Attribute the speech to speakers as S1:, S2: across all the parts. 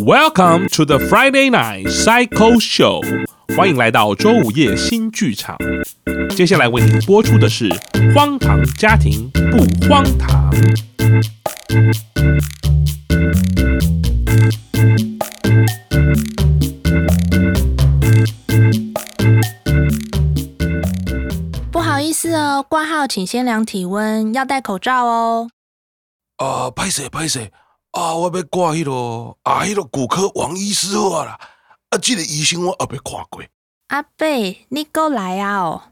S1: Welcome to the Friday Night Psycho Show，欢迎来到周五夜新剧场。接下来为您播出的是《荒唐家庭不荒唐》。
S2: 不好意思哦，挂号请先量体温，要戴口罩哦。
S3: 啊，歹势歹势，啊，我要挂迄、落啊，迄、落骨科王医师好啊啦，啊，即、个医生我也未看过，
S2: 阿贝，你够来啊哦！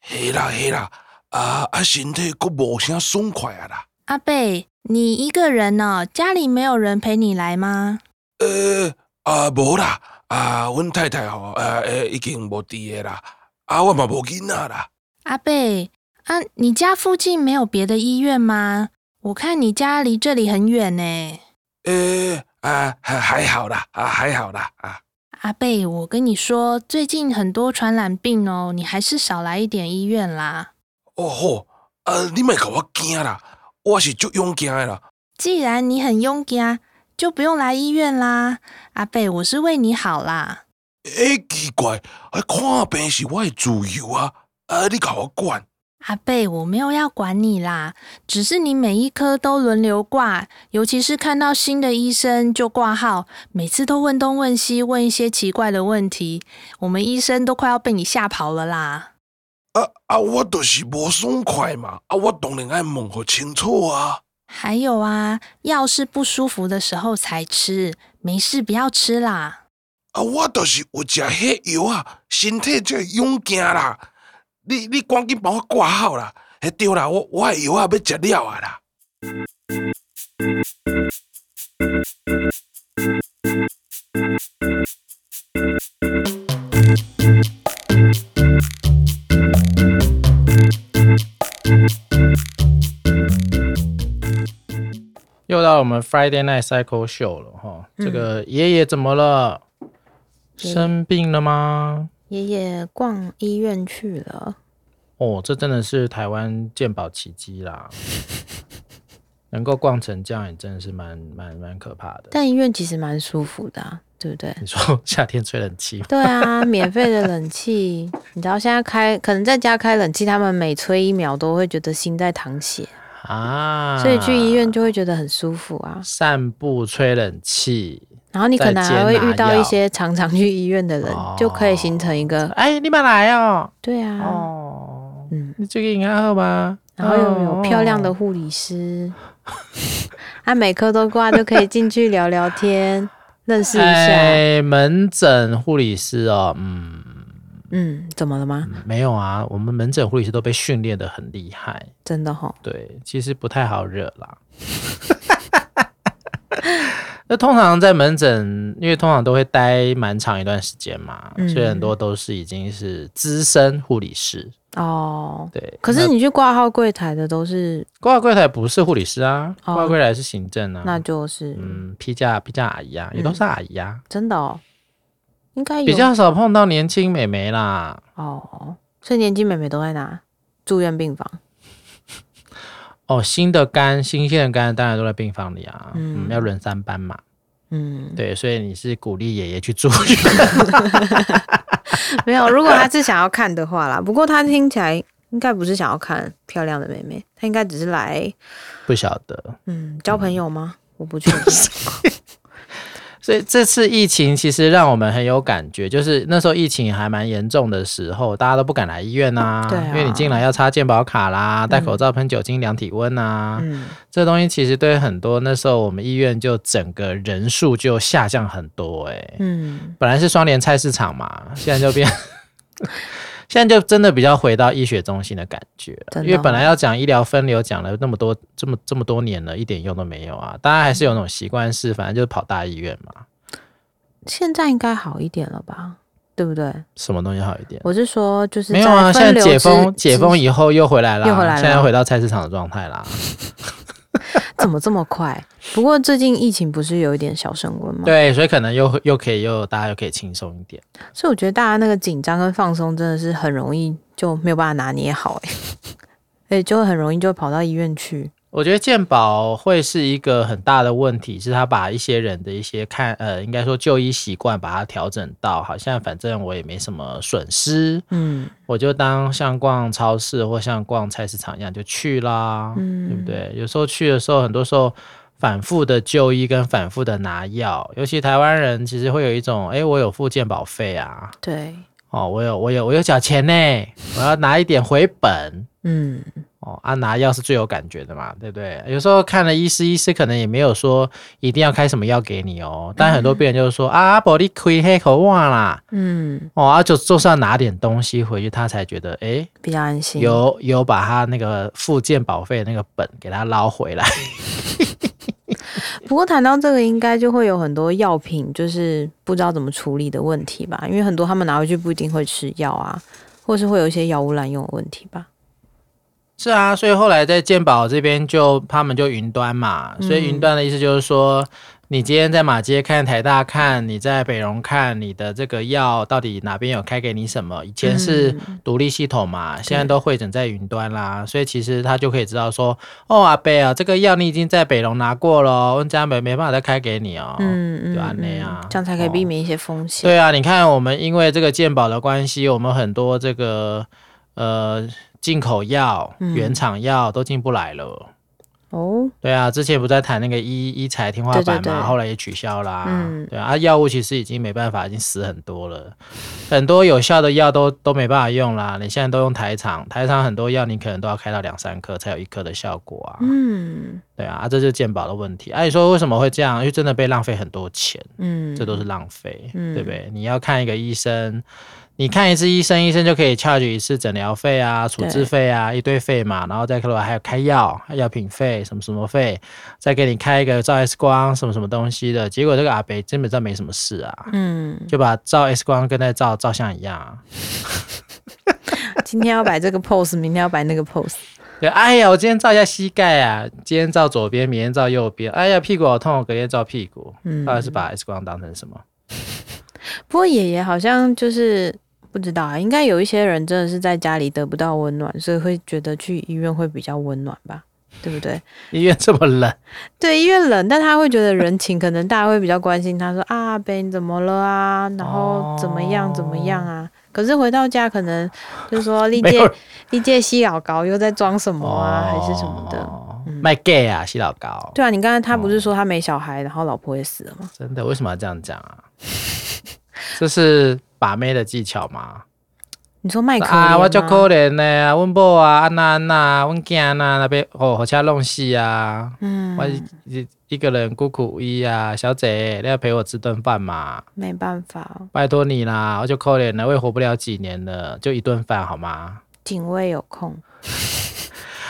S3: 嘿啦嘿啦，啊啊，身体佫无啥爽快啊啦，
S2: 阿贝，你一个人哦，家里没有人陪你来吗？
S3: 呃，啊无啦，啊，阮太太吼，啊，诶、已经无伫诶啦，啊，我嘛无囡仔啦，
S2: 阿贝，啊，你家附近没有别的医院吗？我看你家离这里很远呢。
S3: 诶、啊，还还好啦，啊，还好啦，啊，
S2: 阿贝，我跟你说，最近很多传染病哦，你还是少来一点医院啦。
S3: 哦吼，啊，你莫甲我惊啦，我是足勇敢诶啦，
S2: 既然你很勇敢，就不用来医院啦。阿贝，我是为你好啦。
S3: 诶、奇怪，啊，看病是我诶自由啊，啊，你甲我管。
S2: 阿贝，我没有要管你啦，只是你每一科都轮流挂，尤其是看到新的医生就挂号，每次都问东问西，问一些奇怪的问题，我们医生都快要被你吓跑了啦。
S3: 啊啊，我就是无爽快嘛，啊，我当然爱问互清楚啊。
S2: 还有啊，药是不舒服的时候才吃，没事不要吃啦。
S3: 啊，我就是有食迄药啊，身体才会勇惊啦。你你赶紧帮我挂号啦。迄对啦，我我的药啊要食了啊啦。
S4: 又到我们 Friday Night Cycle Show 了哈，
S5: 嗯
S4: 这个爷爷怎么了？
S5: 爷爷
S4: 生病了吗？
S5: 爷爷逛医院去了，
S4: 哦，这真的是台湾鉴宝奇迹 啦！能够逛成这样，也真的是蛮蛮蛮可怕的。？
S5: 但医院其实蛮舒服的、啊，对不对
S4: 你说 夏天吹冷气吗，
S5: 对啊，免费的冷气， 你知道现在开可能在家开冷气，他们每吹一秒都会觉得心在淌血，
S4: 啊，
S5: 所以去医院就会觉得很舒服啊。
S4: 散步吹冷气，
S5: 然后你可能还会遇到一些常常去医院的人
S4: 哦，
S5: 就可以形成一个
S4: 哎，你们来哦，
S5: 对啊，
S4: 哦，
S5: 嗯，
S4: 你这个饮料喝吧。
S5: 然后又有漂亮的
S4: 哦，
S5: 护理师，
S4: 嗯
S5: 啊，每科都挂就可以进去聊聊天，认识一下。
S4: 哎，门诊护理师哦，嗯，
S5: 嗯，怎么了吗？
S4: 没有啊，我们门诊护理师都被训练的很厉害，
S5: 真的吼，
S4: 对，其实不太好惹 啦。那通常在门诊，因为通常都会待蛮长一段时间嘛，
S5: 嗯
S4: 所以很多都是已经是资深护理师。
S5: 哦，
S4: 对，
S5: 可是
S4: 那
S5: 你去挂号柜台的都是，
S4: 挂柜台不是护理师啊，
S5: 哦
S4: 挂柜台是行政啊，
S5: 那就是、嗯
S4: 嗯，批假批假阿姨啊，也都是阿姨啊，
S5: 真的哦，应该有
S4: 比较少碰到年轻美眉啦。
S5: 哦，所以年轻妹妹都在哪？住院病房，
S4: 哦，新的肝，新鲜的肝当然都在病房里啊，嗯
S5: 嗯
S4: 要轮三班嘛。
S5: 嗯，
S4: 对，所以你是鼓励爷爷去住院
S5: 没有。如果他是想要看的话啦，不过他听起来应该不是想要看漂亮的妹妹，他应该只是来
S4: 不晓得。
S5: 嗯交朋友吗？我不确定。
S4: 所以这次疫情其实让我们很有感觉，就是那时候疫情还蛮严重的时候，大家都不敢来医院呐、
S5: 对啊
S4: 因为你进来要插健保卡啦，戴口罩、喷酒精、量体温呐、
S5: 嗯，
S4: 这东西其实对很多那时候我们医院就整个人数就下降很多、欸，
S5: 嗯，
S4: 本来是双联菜市场嘛，现在就变， 现在就真的比较回到医学中心的感觉了，
S5: 真的
S4: 因为本来要讲医疗分流，讲了那么多这么这么多年了，一点用都没有啊。大家还是有那种习惯是，反正就是跑大医院嘛，
S5: 现在应该好一点了吧？对不对？
S4: 什么东西好一点。
S5: 我是说，就是
S4: 没有啊，现在
S5: 在分流
S4: 解
S5: 之
S4: 封解封
S5: 之
S4: 以后又回来啦，
S5: 又回来了嗯
S4: 现在回到菜市场的状态啦。
S5: 怎么这么快？不过最近疫情不是有一点小升温吗？
S4: 对，所以可能又又可以又大家又可以轻松一点。
S5: 所以我觉得大家那个紧张跟放松真的是很容易就没有办法拿捏好、欸，哎，就很容易就跑到医院去。
S4: 我觉得健保会是一个很大的问题，是他把一些人的一些看呃，应该说就医习惯把它调整到，好像反正我也没什么损失，
S5: 嗯
S4: 我就当像逛超市或像逛菜市场一样就去啦，对不
S5: 嗯，
S4: 对？有时候去的时候，很多时候反复的就医跟反复的拿药，尤其台湾人其实会有一种，哎，我有付健保费啊，
S5: 对，
S4: 哦，我有我有我有缴钱呢，我要拿一点回本。
S5: 嗯
S4: 哦，啊，拿药是最有感觉的嘛，对不对？有时候看了医师，医师可能也没有说一定要开什么药给你哦，但很多病人就是说、啊，玻璃亏黑口忘啦，
S5: 嗯，
S4: 哦，啊，就就是要拿点东西回去，他才觉得诶，
S5: 比较安心。
S4: 有有把他那个附件保费那个本给他捞回来，
S5: 不过谈到这个，应该就会有很多药品就是不知道怎么处理的问题吧，因为很多他们拿回去不一定会吃药啊，或是会有一些药物滥用的问题吧。
S4: 是啊，所以后来在健保这边就他们就云端嘛，
S5: 嗯
S4: 所以云端的意思就是说，你今天在马街看、台大看，你在北荣看，你的这个药到底哪边有开给你什么？以前是
S5: 嗯
S4: 独立系统嘛，现在都会诊在云端啦，所以其实他就可以知道说，哦阿贝啊，这个药你已经在北荣拿过了，温家梅没办法再开给你哦。
S5: 嗯嗯，
S4: 对啊那
S5: 嗯
S4: 样
S5: 这样才可以避
S4: 哦
S5: 免一些风险。
S4: 对啊，你看我们因为这个健保的关系，我们很多这个呃进口药、
S5: 嗯
S4: 原厂药都进不来了。
S5: 哦，
S4: 对啊，之前不在谈那个医医材天花板嘛，
S5: 对对对
S4: 后来也取消啦。
S5: 嗯
S4: 对啊啊，药物其实已经没办法，已经死很多了，很多有效的药都都没办法用啦。你现在都用台厂，台厂很多药你可能都要开到两三颗才有一颗的效果啊。
S5: 嗯
S4: 对啊，啊这就是健保的问题。啊，你说为什么会这样？因为真的被浪费很多钱。
S5: 嗯，
S4: 这都是浪费，
S5: 嗯
S4: 对不对？你要看一个医生，你看一次医生，医生就可以 charge 一次诊疗费啊、处置费啊，一堆费嘛，然后再另外还有开药、药品费、什么什么费，再给你开一个照 X 光什么什么东西的，结果这个阿北基本上没什么事啊，
S5: 嗯，
S4: 就把照 X 光跟在照照相一样啊。
S5: 今天要摆这个 pose，明天要摆那个 pose。
S4: 对，哎呀，我今天照一下膝盖啊，今天照左边，明天照右边，哎呀，屁股好痛，我隔天照屁股，
S5: 嗯
S4: 到底是把 X 光当成什么？
S5: 不过爷爷好像就是不知道啊，应该有一些人真的是在家里得不到温暖，所以会觉得去医院会比较温暖吧，对不对？
S4: 医院这么冷。
S5: 对，医院冷，但他会觉得人情，可能大家会比较关心他说啊，贝你怎么了啊，然后怎么样怎么样啊。可是回到家，可能就是说历
S4: 哦 没有
S5: 届历届西老高又在装什么啊，还是什么的。嗯
S4: 哦卖 gay 啊，洗老高，
S5: 对啊，你刚才他不是说他没小孩，然后老婆也死了吗？
S4: 真的为什么要这样讲啊？ 这是把妹的技巧吗？
S5: 你说麦克
S4: 啊，我就可怜呢、啊，阮某啊，安娜安娜，阮囝呐那边哦，火车弄死啊，
S5: 嗯
S4: 我，一一一个人孤苦无依啊，小姐，你要陪我吃顿饭嘛，
S5: 没办法，
S4: 拜托你啦，我就可怜了，我也活不了几年了，就一顿饭好吗？
S5: 警卫有空。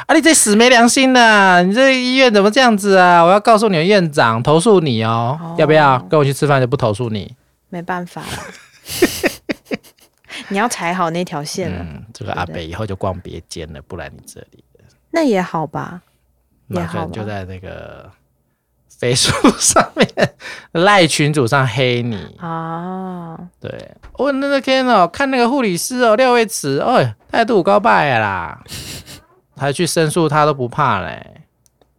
S4: 啊，你这死没良心的、你这医院怎么这样子啊？我要告诉你的院长，投诉你
S5: 哦
S4: 哦要不要跟我去吃饭就不投诉你？
S5: 没办法 啦，你要踩好那条线啊了，
S4: 嗯，这个阿北以后就逛别间了，不来你这里，
S5: 那也好吧。也
S4: 那
S5: 好
S4: 可
S5: 吧
S4: 能就在那个 Facebook 上面 赖群主上黑你。
S5: 啊，
S4: 对，我、那那天哦，看那个护理师哦，廖卫慈哦，态度高拜啦，还去申诉他都不怕嘞。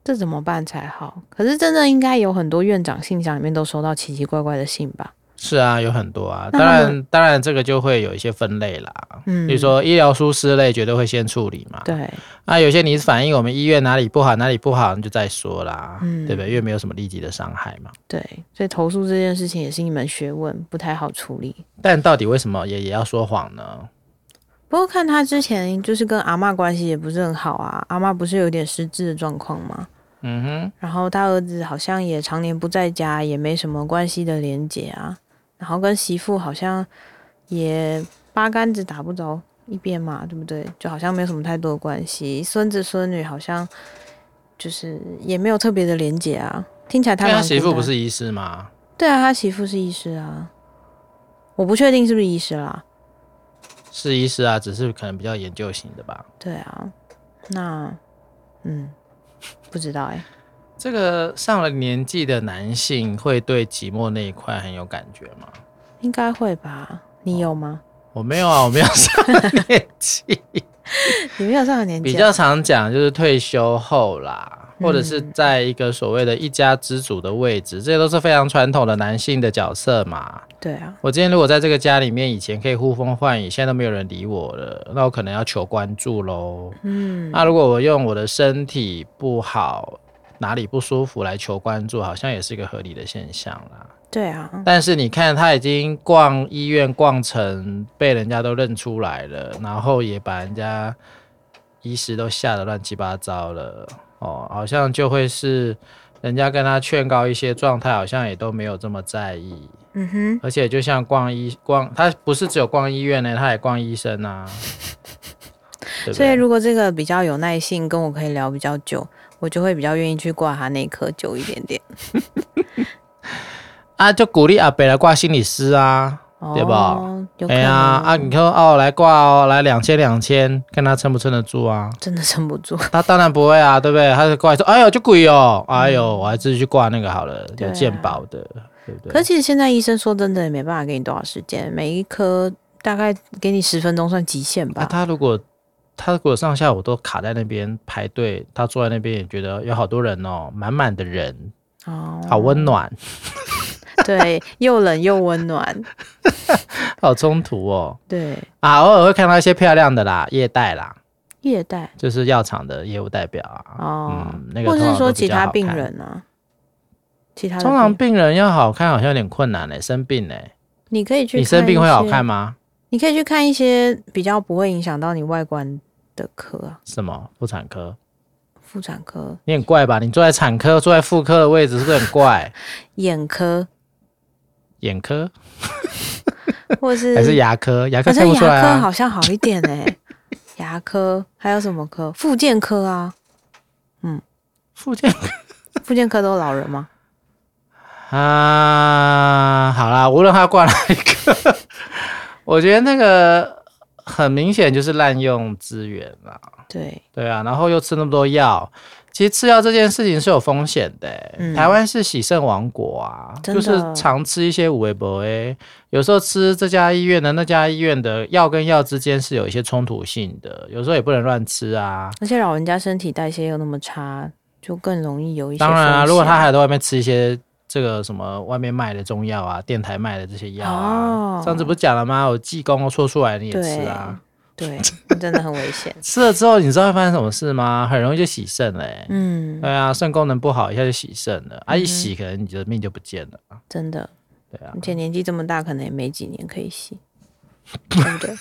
S5: 这怎么办才好？可是真的应该有很多院长信箱里面都收到奇奇怪怪的信吧？
S4: 是啊，有很多啊，
S5: 那
S4: 当
S5: 他们
S4: 然当然这个就会有一些分类啦，
S5: 嗯
S4: 比如说医疗疏失类绝对会先处理嘛，
S5: 对，
S4: 啊，有些你是反映我们医院哪里不好，哪里不好，你就再说啦，
S5: 嗯
S4: 对不对？因为没有什么立即的伤害嘛。
S5: 对，所以投诉这件事情也是一门学问，不太好处理。
S4: 但到底为什么爷爷要说谎呢？
S5: 不过看他之前就是跟阿嬷关系也不是很好啊，阿嬷不是有点失智的状况吗？
S4: 嗯哼，
S5: 然后他儿子好像也常年不在家，也没什么关系的连结啊。然后跟媳妇好像也八竿子打不着一边嘛，对不对？就好像没有什么太多的关系。孙子孙女好像就是也没有特别的连结啊。听起来他
S4: 因为他
S5: 蛮孤
S4: 媳妇
S5: 单
S4: 不是医师吗？
S5: 对啊，他媳妇是医师啊，我不确定是不是医师啦。
S4: 是医师啊，只是可能比较研究型的吧。
S5: 对啊，那嗯，不知道哎、
S4: 这个上了年纪的男性会对寂寞那一块很有感觉吗？
S5: 应该会吧？你有吗？
S4: 我没有啊，我没有上 了年纪，哦
S5: 你没有上了年纪、啊，
S4: 比较常讲就是退休后啦，或者是在一个所谓的一家之主的位置，这些都是非常传统的男性的角色嘛。
S5: 对啊，
S4: 我今天如果在这个家里面，以前可以呼风唤雨，现在都没有人理我了，那我可能要求关注喽。
S5: 嗯，
S4: 那如果我用我的身体不好、哪里不舒服来求关注，好像也是一个合理的现象啦。
S5: 对啊，
S4: 但是你看，他已经逛医院逛成被人家都认出来了，然后也把人家医师都吓得乱七八糟了。哦，好像就会是人家跟他劝告一些状态，好像也都没有这么在意。
S5: 嗯哼，
S4: 而且就像逛医逛，他不是只有逛医院呢，他也逛医生 啊。对不
S5: 所以
S4: 对？
S5: 如果这个比较有耐性，跟我可以聊比较久，我就会比较愿意去挂他那一科久一点点，
S4: 啊，就鼓励阿北来挂心理师啊。对吧
S5: 哦？有可
S4: 哎
S5: 能
S4: 呀，啊，你说哦，来挂哦，来两千两千，看他撑不撑得住啊。
S5: 真的撑不住，
S4: 他当然不会啊，对不对？他就过来说：“哎呦，就贵哦，哎呦，我还自己去挂那个好了，
S5: 嗯对
S4: 有
S5: 啊
S4: 鉴宝的，对不
S5: 可
S4: 对
S5: 是其实现在医生说真的也没办法给你多少时间，每一科大概给你十分钟算极限？”吧。
S4: 啊，他如果他如果上下午都卡在那边排队，他坐在那边也觉得有好多人哦，满满的人，
S5: 哦，
S4: 啊好温暖，
S5: 对，又冷又温暖，
S4: 好冲突哦。
S5: 对，
S4: 啊，偶尔会看到一些漂亮的啦，业代啦，
S5: 夜带
S4: 就是药厂的业务代表啊，
S5: 哦，
S4: 嗯，那个
S5: 或
S4: 通
S5: 是
S4: 常
S5: 说
S4: 都比
S5: 其
S4: 较
S5: 他
S4: 好
S5: 病
S4: 看。
S5: 人啊，其他的
S4: 通常
S5: 病
S4: 病人要好看好像有点困难嘞、生病嘞、
S5: 你可以去
S4: 你生病会好看
S5: 吗？
S4: 吗？
S5: 你可以去看一些比较不会影响到你外观的科啊，
S4: 什么妇产科？
S5: 妇产科、
S4: 你很怪吧？你坐在产科、坐在妇科的位置是不是很怪？
S5: 眼科，
S4: 眼科
S5: 或是
S4: 还是牙科？牙科
S5: 可是
S4: 看不出来
S5: 牙科
S4: 啊。
S5: 好像好一点哎、 牙科还有什么科？复健科啊，
S4: 附件
S5: 复健科都老人吗？
S4: 啊，好啦，无论他挂哪一个， 我觉得那个很明显就是滥用资源啦。
S5: 对，
S4: 对啊，然后又吃那么多药，其实吃药这件事情是有风险的欸、
S5: 嗯
S4: 台湾是喜盛王国啊，
S5: 真
S4: 就
S5: 的
S4: 是常吃一些五味博诶，有时候吃这家医院的那家医院的药跟药之间是有一些冲突性的，有时候也不能乱吃啊。
S5: 而且老人家身体代谢又那么差，就更容易有一些
S4: 当然啊，
S5: 风险
S4: 如果他还在外面吃一些这个什么外面卖的中药啊、电台卖的这些药啊，
S5: 哦
S4: 上次不是讲了吗？我济公都说出来你也吃
S5: 对
S4: 啊，。
S5: 对，真的很危险
S4: 吃了之后你知道会发生什么事吗？很容易就洗肾嘞、
S5: 嗯，
S4: 对啊，肾功能不好一下就洗肾了，啊一
S5: 嗯哼
S4: 洗可能你的命就不见了啊。
S5: 真的，
S4: 对啊
S5: 而，且年纪这么大，可能也没几年可以洗，对不对？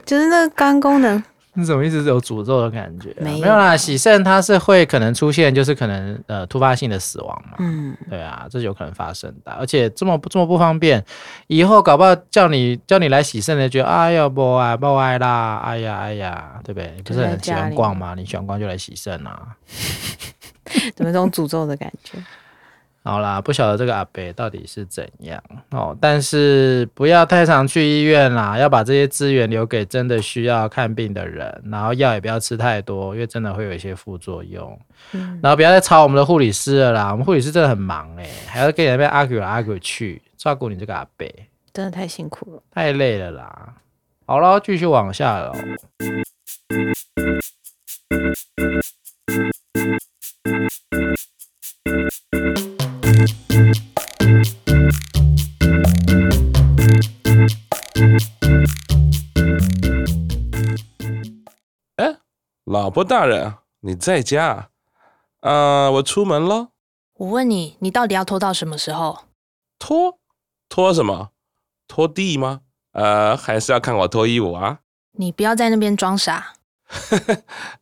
S5: 就是那个肝功能，
S4: 你怎么一直有诅咒的感觉啊、
S5: 没有
S4: 没有啦，洗肾它是会可能出现就是可能呃突发性的死亡嘛。
S5: 嗯，
S4: 对啊，这是有可能发生的，啊而且这么不这么不方便，以后搞不好叫你叫你来洗肾的，觉得哎呀不爱不爱啦，哎呀哎呀，对不对？你不
S5: 就是在
S4: 很喜
S5: 家
S4: 欢
S5: 里
S4: 逛吗？你喜欢逛就来洗肾啊。
S5: 怎么这种诅咒的感觉？
S4: 好啦，不晓得这个阿伯到底是怎样哦，但是不要太常去医院啦，要把这些资源留给真的需要看病的人，然后药也不要吃太多，因为真的会有一些副作用。
S5: 嗯
S4: 然后不要再吵我们的护理师了啦，我们护理师真的很忙哎、还要跟人家 argue 来 argue 去，照顾你这个阿伯
S5: 真的太辛苦了。
S4: 太累了啦。好了，继续往下哦喽。
S3: 老婆大人，你在家啊？呃，我出门了，
S2: 我问你，你到底要拖到什么时候？
S3: 拖拖什么？拖地吗？呃，还是要看我脱衣舞啊？
S2: 你不要在那边装傻。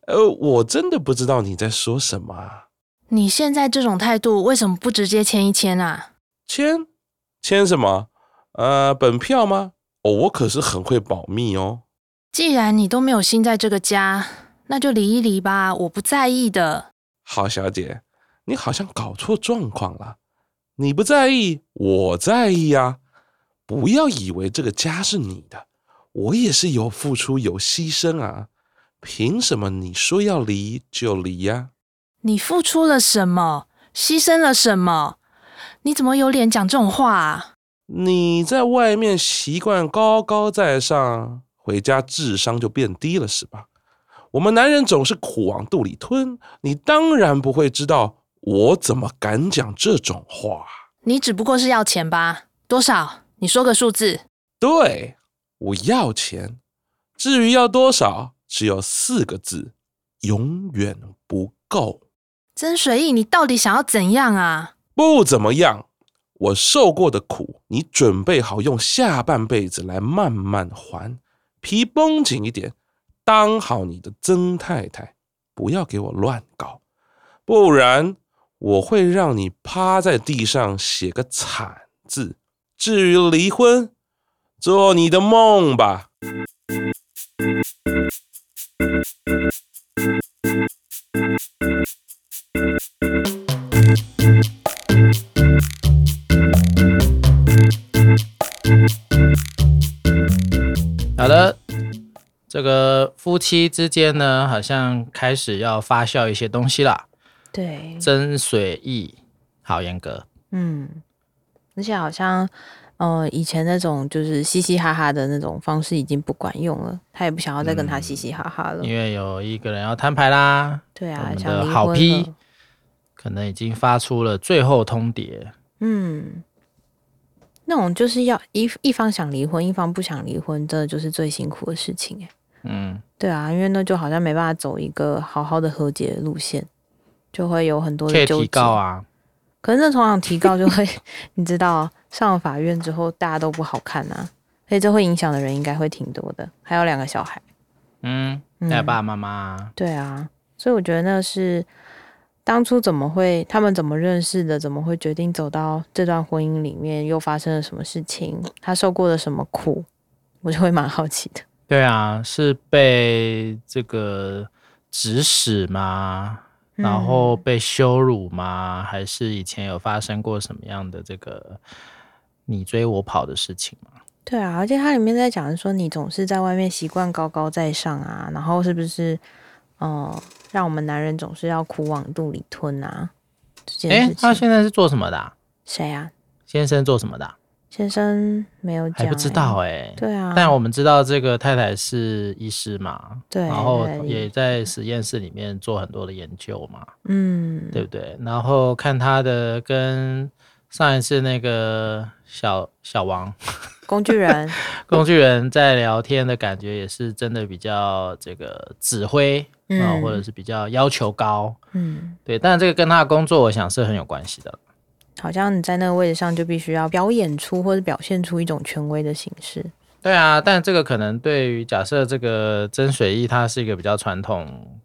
S3: 呃，我真的不知道你在说什么啊。
S2: 你现在这种态度，为什么不直接签一签啊？
S3: 签签什么？呃，本票吗？哦，我可是很会保密哦。
S2: 既然你都没有心在这个家，那就离一离吧，我不在意的。
S3: 好小姐，你好像搞错状况了。你不在意，我在意啊！不要以为这个家是你的，我也是有付出有牺牲啊！凭什么你说要离就离呀、
S2: 你付出了什么？牺牲了什么？你怎么有脸讲这种话啊？
S3: 你在外面习惯高高在上，回家智商就变低了是吧？我们男人总是苦往肚里吞，你当然不会知道我怎么敢讲这种话。
S2: 你只不过是要钱吧？多少？你说个数字。
S3: 对，我要钱，至于要多少，只有四个字：永远不够。
S2: 曾随意，你到底想要怎样啊？
S3: 不怎么样，我受过的苦，你准备好用下半辈子来慢慢还。皮绷紧一点，当好你的曾太太，不要给我乱搞，不然我会让你趴在地上写个惨字。至于离婚，做你的梦吧。
S4: 好的，这个夫妻之间呢，好像开始要发酵一些东西啦。
S5: 对，
S4: 真随意，好严格，
S5: 嗯，而且好像，呃，以前那种就是嘻嘻哈哈的那种方式已经不管用了，他也不想要再跟他嘻嘻哈哈了。
S4: 嗯因为有一个人要摊牌啦，
S5: 对
S4: 我
S5: 啊，
S4: 们
S5: 想
S4: 的
S5: 离
S4: 好
S5: 婚
S4: 批
S5: 了
S4: 可能已经发出了最后通牒。
S5: 嗯，那种就是要一一方想离婚，一方不想离婚，真的就是最辛苦的事情哎。
S4: 嗯，
S5: 对啊，因为那就好像没办法走一个好好的和解的路线，就会有很多
S4: 可
S5: 的
S4: 以
S5: 纠
S4: 提
S5: 结。
S4: 告啊，
S5: 可是那通常提告就会， 你知道，上了法院之后大家都不好看啊，所以这会影响的人应该会挺多的，还有两个小孩。
S4: 嗯，
S5: 嗯
S4: 还有爸爸妈妈，
S5: 对啊，所以我觉得那是当初怎么会他们怎么认识的，怎么会决定走到这段婚姻里面，又发生了什么事情，他受过了什么苦，我就会蛮好奇的。
S4: 对啊，是被这个指使吗？
S5: 嗯
S4: 然后被羞辱吗？还是以前有发生过什么样的这个你追我跑的事情吗？
S5: 对啊，而且它里面在讲说，你总是在外面习惯高高在上啊，然后是不是，呃，让我们男人总是要苦往肚里吞啊？这件
S4: 哎、
S5: 事情，
S4: 他现在是做什么的啊、
S5: 谁啊？
S4: 先生做什么的啊、
S5: 先生没有讲、
S4: 还不知道哎、
S5: 对啊，
S4: 但我们知道这个太太是医师嘛，
S5: 对，
S4: 然后
S5: 对
S4: 也在实验室里面做很多的研究嘛，
S5: 嗯，
S4: 对不对？然后看他的跟上一次那个小小王
S5: 工具人，
S4: 工具人在聊天的感觉，也是真的比较这个指挥啊、
S5: 嗯，
S4: 或者是比较要求高，
S5: 嗯，
S4: 对。但这个跟他的工作，我想是很有关系的。
S5: 好像你在那个位置上就必须要表演出或者表现出一种权威的形式。
S4: 对啊，但这个可能对于假设这个曾水义他是一个比较传统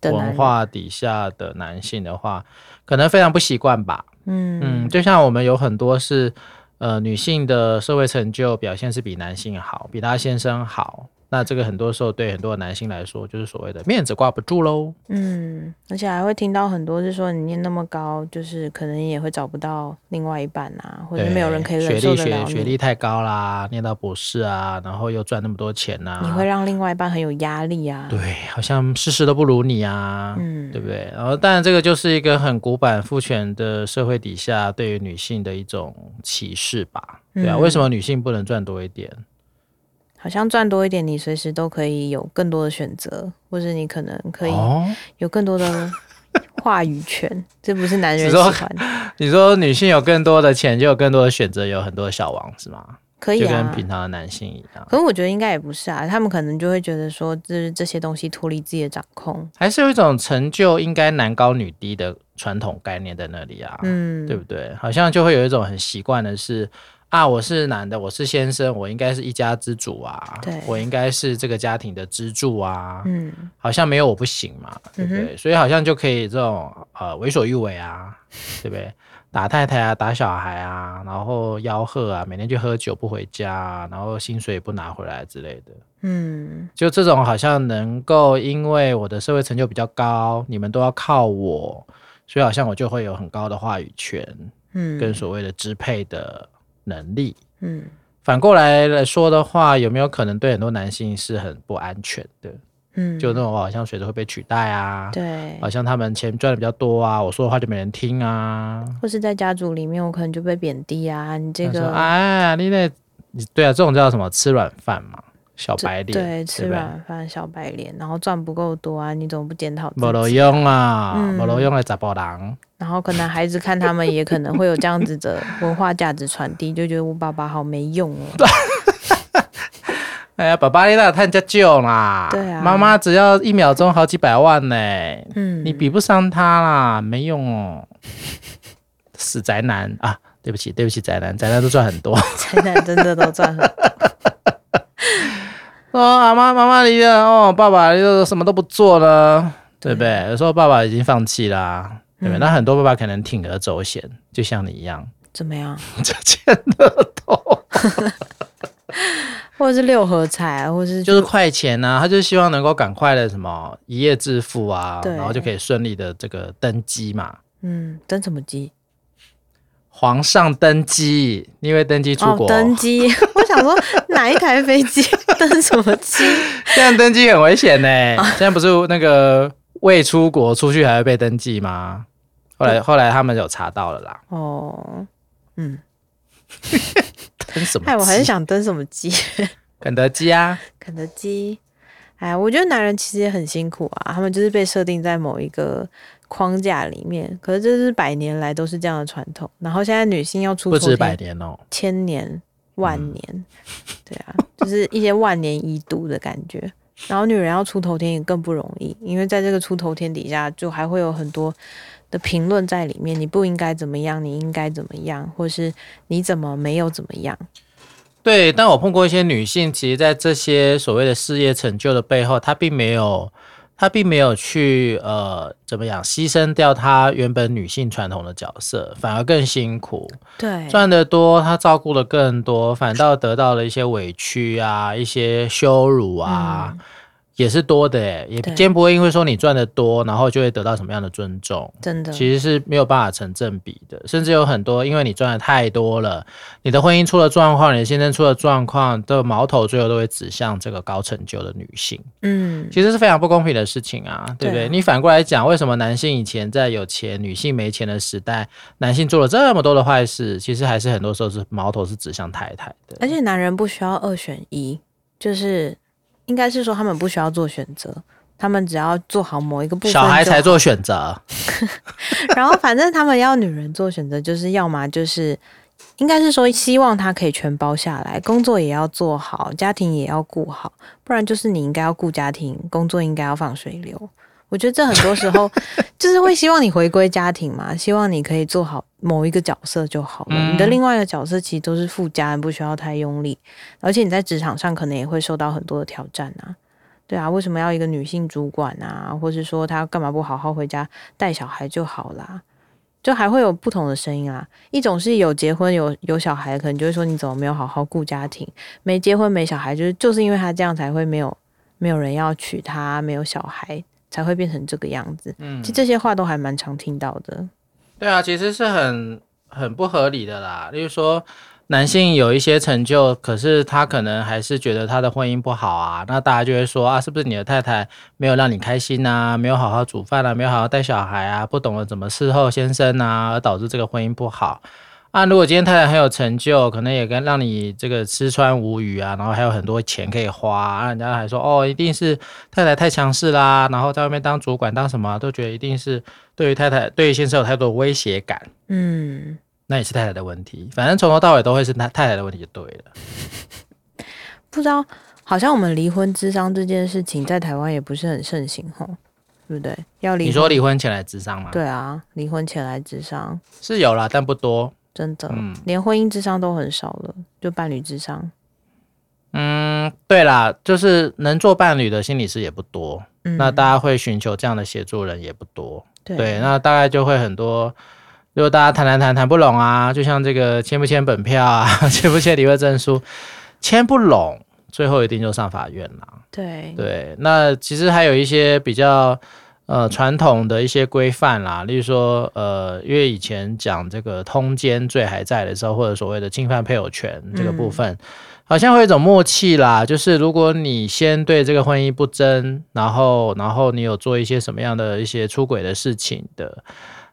S5: 的男
S4: 文
S5: 人，
S4: 化底下的男性的话，可能非常不习惯吧。嗯，
S5: 嗯
S4: 就像我们有很多是，呃，女性的社会成就表现是比男性好，比她先生好。那这个很多时候对很多男性来说，就是所谓的面子挂不住喽。
S5: 嗯，而且还会听到很多是说你念那么高，就是可能也会找不到另外一半啊，或者
S4: 对，
S5: 没有人可以
S4: 学
S5: 忍受
S4: 历
S5: 得了
S4: 学
S5: 你，
S4: 学历太高啦，念到博士啊，然后又赚那么多钱呐、
S5: 你会让另外一半很有压力啊。
S4: 啊对，好像事事都不如你啊。
S5: 嗯，
S4: 对不对？然后，当然，这个就是一个很古板父权的社会底下对于女性的一种歧视吧？对啊，
S5: 嗯
S4: 为什么女性不能赚多一点？
S5: 好像赚多一点，你随时都可以有更多的选择，或者你可能可以
S4: 哦，
S5: 有更多的话语权，这不是男人
S4: 只
S5: 喜
S4: 说
S5: 欢 的，
S4: 你说女性有更多的钱，就有更多的选择，有很多小王是吗？
S5: 可以
S4: 就
S5: 啊
S4: 跟。平常的男性一样，
S5: 可是我觉得应该也不是啊，他们可能就会觉得说，就是这些东西脱离自己的掌控，
S4: 还是有一种成就应该男高女低的传统概念在那里啊，
S5: 嗯，
S4: 对不对？好像就会有一种很习惯的是。啊，我是男的，我是先生，我应该是一家之主啊，
S5: 对
S4: 我应该是这个家庭的支柱啊，
S5: 嗯，
S4: 好像没有我不行嘛，对不对？所以好像就可以这种呃为所欲为 啊，对不对？打太太啊，打小孩啊，然后吆喝啊，每天去喝酒不回家、啊，然后薪水也不拿回来之类的，
S5: 嗯
S4: 就这种好像能够因为我的社会成就比较高，你们都要靠我，所以好像我就会有很高的话语权
S5: 嗯，
S4: 跟所谓的支配的能力。
S5: 嗯
S4: 反过来来说的话，有没有可能对很多男性是很不安全的？
S5: 嗯，
S4: 就那种我哦好像随着会被取代啊，
S5: 对
S4: 好，像他们钱赚的比较多啊，我说的话就没人听啊。
S5: 或是在家族里面，我可能就被贬低啊，你这
S4: 他说
S5: 个
S4: 哎，你那，对啊，这种叫什么吃软饭嘛？小白脸，
S5: 对，吃
S4: 不对
S5: 软饭小白脸，然后赚不够多啊，你怎么不检讨自
S4: 没路
S5: 己？
S4: 用啊，
S5: 嗯
S4: 没路用的查甫人，
S5: 然后可能孩子看他们也可能会有这样子的文化价值传递，就觉得我爸爸好没用哦。
S4: 哎呀，爸爸你那探家救啦，
S5: 对啊
S4: 妈妈只要一秒钟好几百万呢、
S5: 嗯，
S4: 你比不上他啦，没用哦，死宅男啊！对不起，对不起，宅男，宅男都赚很多。
S5: 宅男真的都赚很，
S4: 说啊妈妈妈离了哦，爸爸又什么都不做了，嗯对不对？有时候爸爸已经放弃啦、对不对？那很多爸爸可能铤而走险，就像你一样，
S5: 怎 么样？
S4: 就欠了头，
S5: 或者是六合彩啊，或者是
S4: 就是快钱啊，他就希望能够赶快的什么一夜致富啊，
S5: 对
S4: 然后就可以顺利的这个登基嘛，
S5: 嗯，登什么机？
S4: 皇上登基，因为登基出国，
S5: 哦，登机。我想说哪一台飞机 登什么机？
S4: 现在登记很危险 呢、现在不是那个未出国出去还会被登记吗？后来后来他们有查到了啦，
S5: 哦，嗯，
S4: 登什么鸡？
S5: 哎，我还是想登什么机，
S4: 肯德基啊，
S5: 肯德基。哎，我觉得男人其实也很辛苦啊，他们就是被设定在某一个框架里面，可是这是百年来都是这样的传统。然后现在女性要出
S4: 不
S5: 头
S4: 止
S5: 天
S4: 百年哦、
S5: 千年万年，对啊，就是一些万年一度的感觉。然后女人要出头天也更不容易，因为在这个出头天底下，就还会有很多的评论在里面。你不应该怎么样，你应该怎么样，或是你怎么没有怎么样？
S4: 对，但我碰过一些女性，其实，在这些所谓的事业成就的背后，她并没有，她并没有去呃，怎么样牺牲掉她原本女性传统的角色，反而更辛苦。
S5: 对
S4: 赚得多，他照顾的更多，反倒得到了一些委屈啊，一些羞辱啊，也是多的诶，也
S5: 嗯对
S4: 兼不会因为说你赚得多，然后就会得到什么样的尊重。
S5: 真的，
S4: 其实是没有办法成正比的，甚至有很多，因为你赚的太多了，你的婚姻出了状况，你的先生出了状况，的矛头最后都会指向这个高成就的女性。
S5: 嗯，
S4: 其实是非常不公平的事情啊，对不对？
S5: 对啊
S4: 你反过来讲，为什么男性以前在有钱、女性没钱的时代，男性做了这么多的坏事，其实还是很多时候是矛头是指向太太的。
S5: 而且男人不需要二选一，就是应该是说他们不需要做选择，他们只要做好某一个部分就
S4: 小
S5: 好，
S4: 孩才做选择，
S5: 然后反正他们要女人做选择，就是要么就是，应该是说希望她可以全包下来，工作也要做好，家庭也要顾好，不然就是你应该要顾家庭，工作应该要放水流。我觉得这很多时候就是会希望你回归家庭嘛，希望你可以做好某一个角色就好了。
S4: 嗯
S5: 你的另外一个角色其实都是附加，不需要太用力。而且你在职场上可能也会受到很多的挑战啊。对啊，为什么要一个女性主管啊？或是说她干嘛不好好回家带小孩就好啦？就还会有不同的声音啊。一种是有结婚有有小孩，可能就会说你怎么没有好好顾家庭；没结婚没小孩，就是就是因为他这样才会没有没有人要娶她，没有小孩才会变成这个样子。
S4: 嗯
S5: 其实这些话都还蛮常听到的。
S4: 对啊，其实是很很不合理的啦。例如说，男性有一些成就，可是他可能还是觉得他的婚姻不好啊，那大家就会说啊，是不是你的太太没有让你开心啊，没有好好煮饭啊，没有好好带小孩啊，不懂得怎么伺候先生啊，而导致这个婚姻不好。啊，如果今天太太很有成就，可能也跟让你这个吃穿无余啊，然后还有很多钱可以花啊，啊人家还说哦，一定是太太太强势啦，然后在外面当主管当什么啊都觉得一定是对于太太对于先生有太多威胁感，
S5: 嗯，
S4: 那也是太太的问题。反正从头到尾都会是太太太的问题就对了。
S5: 不知道，好像我们离婚智商这件事情在台湾也不是很盛行吼，对不对？要离
S4: 你
S5: 婚
S4: 说离婚前来智商吗？，
S5: 对啊，离婚前来智商，
S4: 是有啦，但不多。
S5: 真的、
S4: 嗯
S5: 连婚姻智商都很少了，就伴侣智商。
S4: 嗯，对啦，就是能做伴侣的心理师也不多，
S5: 嗯，
S4: 那大家会寻求这样的协助人也不多。
S5: 对
S4: 对，那大概就会很多。如果大家谈谈谈谈不拢啊，就像这个签不签本票啊， 签不签离婚证书，签不拢，最后一定就上法院啦。
S5: 对
S4: 对，那其实还有一些比较呃传统的一些规范啦，例如说呃，因为以前讲这个通奸罪还在的时候，或者所谓的侵犯配偶权这个部分，嗯好像会有一种默契啦，就是如果你先对这个婚姻不争，然后然后你有做一些什么样的一些出轨的事情的。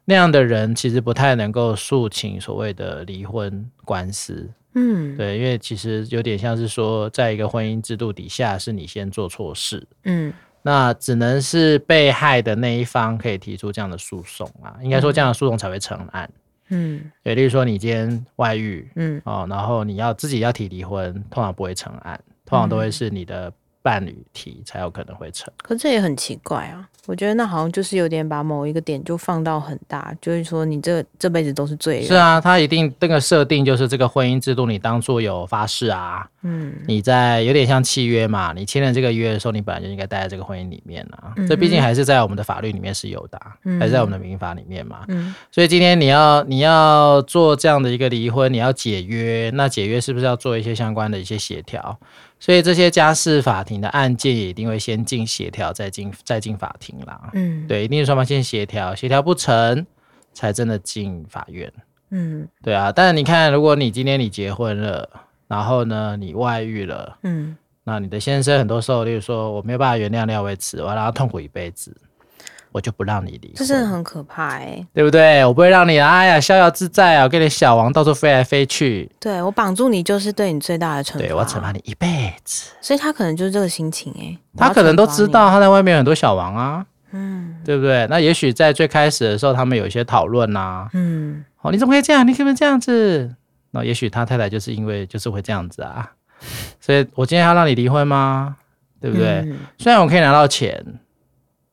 S4: 那样的人其实不太能够诉请所谓的离婚官司，
S5: 嗯，，
S4: 对，因为其实有点像是说，在一个婚姻制度底下，是你先做错事，
S5: 嗯
S4: 那只能是被害的那一方可以提出这样的诉讼啊，应该说这样的诉讼才会成案。
S5: 嗯
S4: 对，例如说你今天外遇
S5: 嗯
S4: 哦，然后你要自己要提离婚，通常不会成案，通常都会
S5: 嗯
S4: 是你的伴侣提才有可能会成。
S5: 可这也很奇怪啊，我觉得那好像就是有点把某一个点就放到很大，就是说你这这辈子都是罪人。
S4: 是，啊，他一定这个设定就是这个婚姻制度，你当初有发誓啊，
S5: 嗯
S4: 你在有点像契约嘛，你签了这个约的时候，你本来就应该待在这个婚姻里面啊。
S5: 嗯
S4: 这毕竟还是在我们的法律里面是有的、啊，
S5: 嗯
S4: 还是在我们的民法里面嘛。
S5: 嗯
S4: 所以今天你要你要做这样的一个离婚，你要解约，那解约是不是要做一些相关的一些协调？所以这些家事法庭的案件也一定会先进协调，再进再进法庭啦。
S5: 嗯，，
S4: 对，一定是双方先协调，协调不成才真的进法院。
S5: 嗯
S4: 对啊，但你看，如果你今天你结婚了，然后呢，你外遇了，
S5: 嗯，
S4: 那你的先生很多时候，例如说我没有办法原谅廖伟慈，我要让他痛苦一辈子，我就不让你离婚，
S5: 这真的很可怕哎、
S4: 对不对？我不会让你，哎呀，逍遥自在啊，我跟你小王到处飞来飞去，
S5: 对我绑住你就是对你最大的惩罚，
S4: 对我要惩罚，你一辈子。
S5: 所以他可能就是这个心情哎、
S4: 他可能都知道他在外面有很多小王啊，
S5: 嗯，
S4: 对不对？那也许在最开始的时候，他们有一些讨论呐、
S5: 嗯
S4: 哦，你怎么可以这样？你可不可以这样子？那也许他太太就是因为就是会这样子啊，所以我今天要让你离婚吗？对
S5: 嗯，
S4: 不对？虽然我可以拿到钱，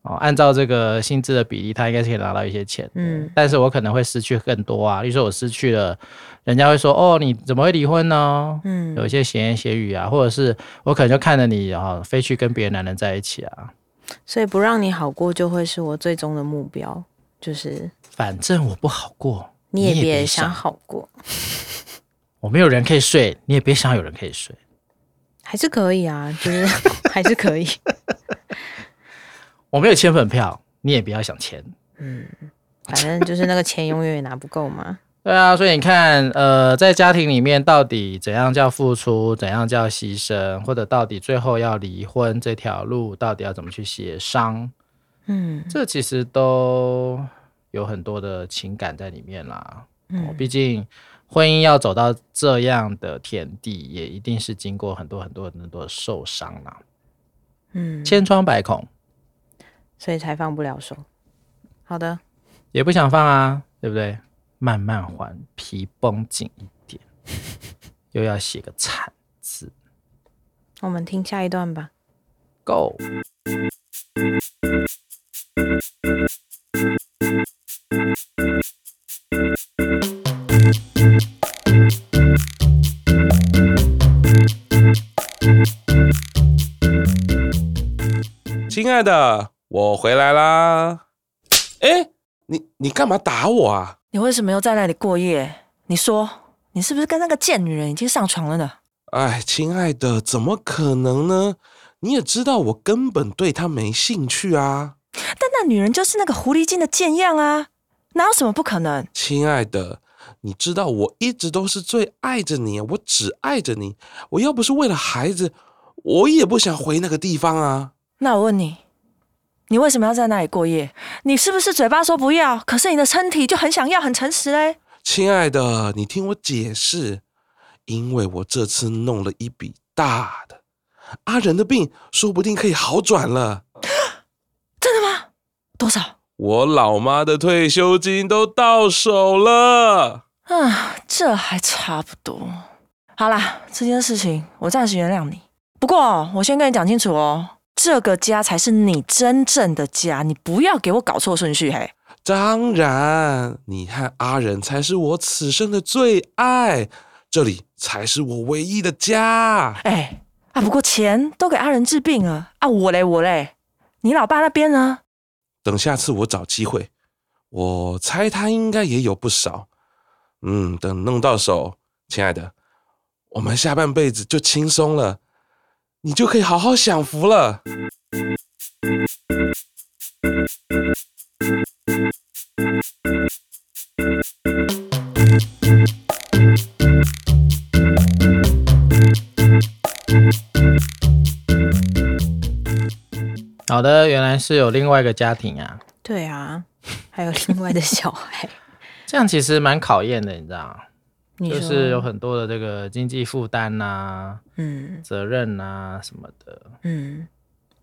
S4: 哦，按照这个薪资的比例，他应该是可以拿到一些钱，嗯
S5: 嗯，
S4: 但是我可能会失去更多啊。例如说，我失去了，人家会说，哦，你怎么会离婚呢？
S5: 嗯？
S4: 有
S5: 嗯，
S4: 一些闲言闲语啊，或者是我可能就看着你啊、哦，非去跟别的男人在一起啊。
S5: 所以不让你好过就会是我最终的目标，就是
S4: 反正我不好过，
S5: 你也别
S4: 想，
S5: 想好过，
S4: 我没有人可以睡，你也别想有人可以睡。
S5: 还是可以啊，就是 还是可以，
S4: 我没有签本票，你也不要想签。
S5: 嗯，反正就是那个钱永远也拿不够嘛，
S4: 对啊，所以你看，呃，在家庭里面到底怎样叫付出，怎样叫牺牲，或者到底最后要离婚这条路到底要怎么去协商，
S5: 嗯
S4: 这其实都有很多的情感在里面啦。哦
S5: 嗯，
S4: 毕竟婚姻要走到这样的田地，也一定是经过很多很多很多的受伤啦，
S5: 嗯，
S4: 千疮百孔，
S5: 所以才放不了手。好的，
S4: 也不想放啊，对不对？慢慢还，皮绷紧一 点，又要写个惨字。
S5: 我们听下一段吧。
S4: Go。
S3: 亲爱的，我回来啦。哎，你你干嘛打我啊？
S6: 你为什么又在那里过夜？你说，你是不是跟那个贱女人已经上床了呢？
S3: 哎，亲爱的，怎么可能呢？你也知道我根本对他没兴趣啊。
S6: 但那女人就是那个狐狸精的贱样啊，哪有什么不可能？
S3: 亲爱的，你知道我一直都是最爱着你，啊我只爱着你。我要不是为了孩子，我也不想回那个地方啊。
S6: 那我问你，你为什么要在那里过夜？你是不是嘴巴说不要，可是你的身体就很想要，很诚实嘞？
S3: 亲爱的，你听我解释，因为我这次弄了一笔大的，阿仁的病说不定可以好转了。
S6: 真的吗？多少？
S3: 我老妈的退休金都到手了。
S6: 啊，这还差不多。好啦，这件事情我暂时原谅你。不过我先跟你讲清楚哦，这个家才是你真正的家，你不要给我搞错顺序嘿。
S3: 当然，你和阿仁才是我此生的最爱，这里才是我唯一的家。
S6: 哎啊，不过钱都给阿仁治病了啊，我嘞我嘞，你老爸那边呢？
S3: 等下次我找机会，我猜他应该也有不少。嗯，等弄到手，亲爱的，我们下半辈子就轻松了，你就可以好好享福了。
S4: 好的，原来是有另外一个家庭啊，
S5: 对 啊，还有另外的小孩，
S4: 这样其实蛮考验的，你知道吗？
S5: 你
S4: 就
S5: 说
S4: 是有很多的这个经济负担呐、
S5: 嗯
S4: 责任呐、什么的。
S5: 嗯，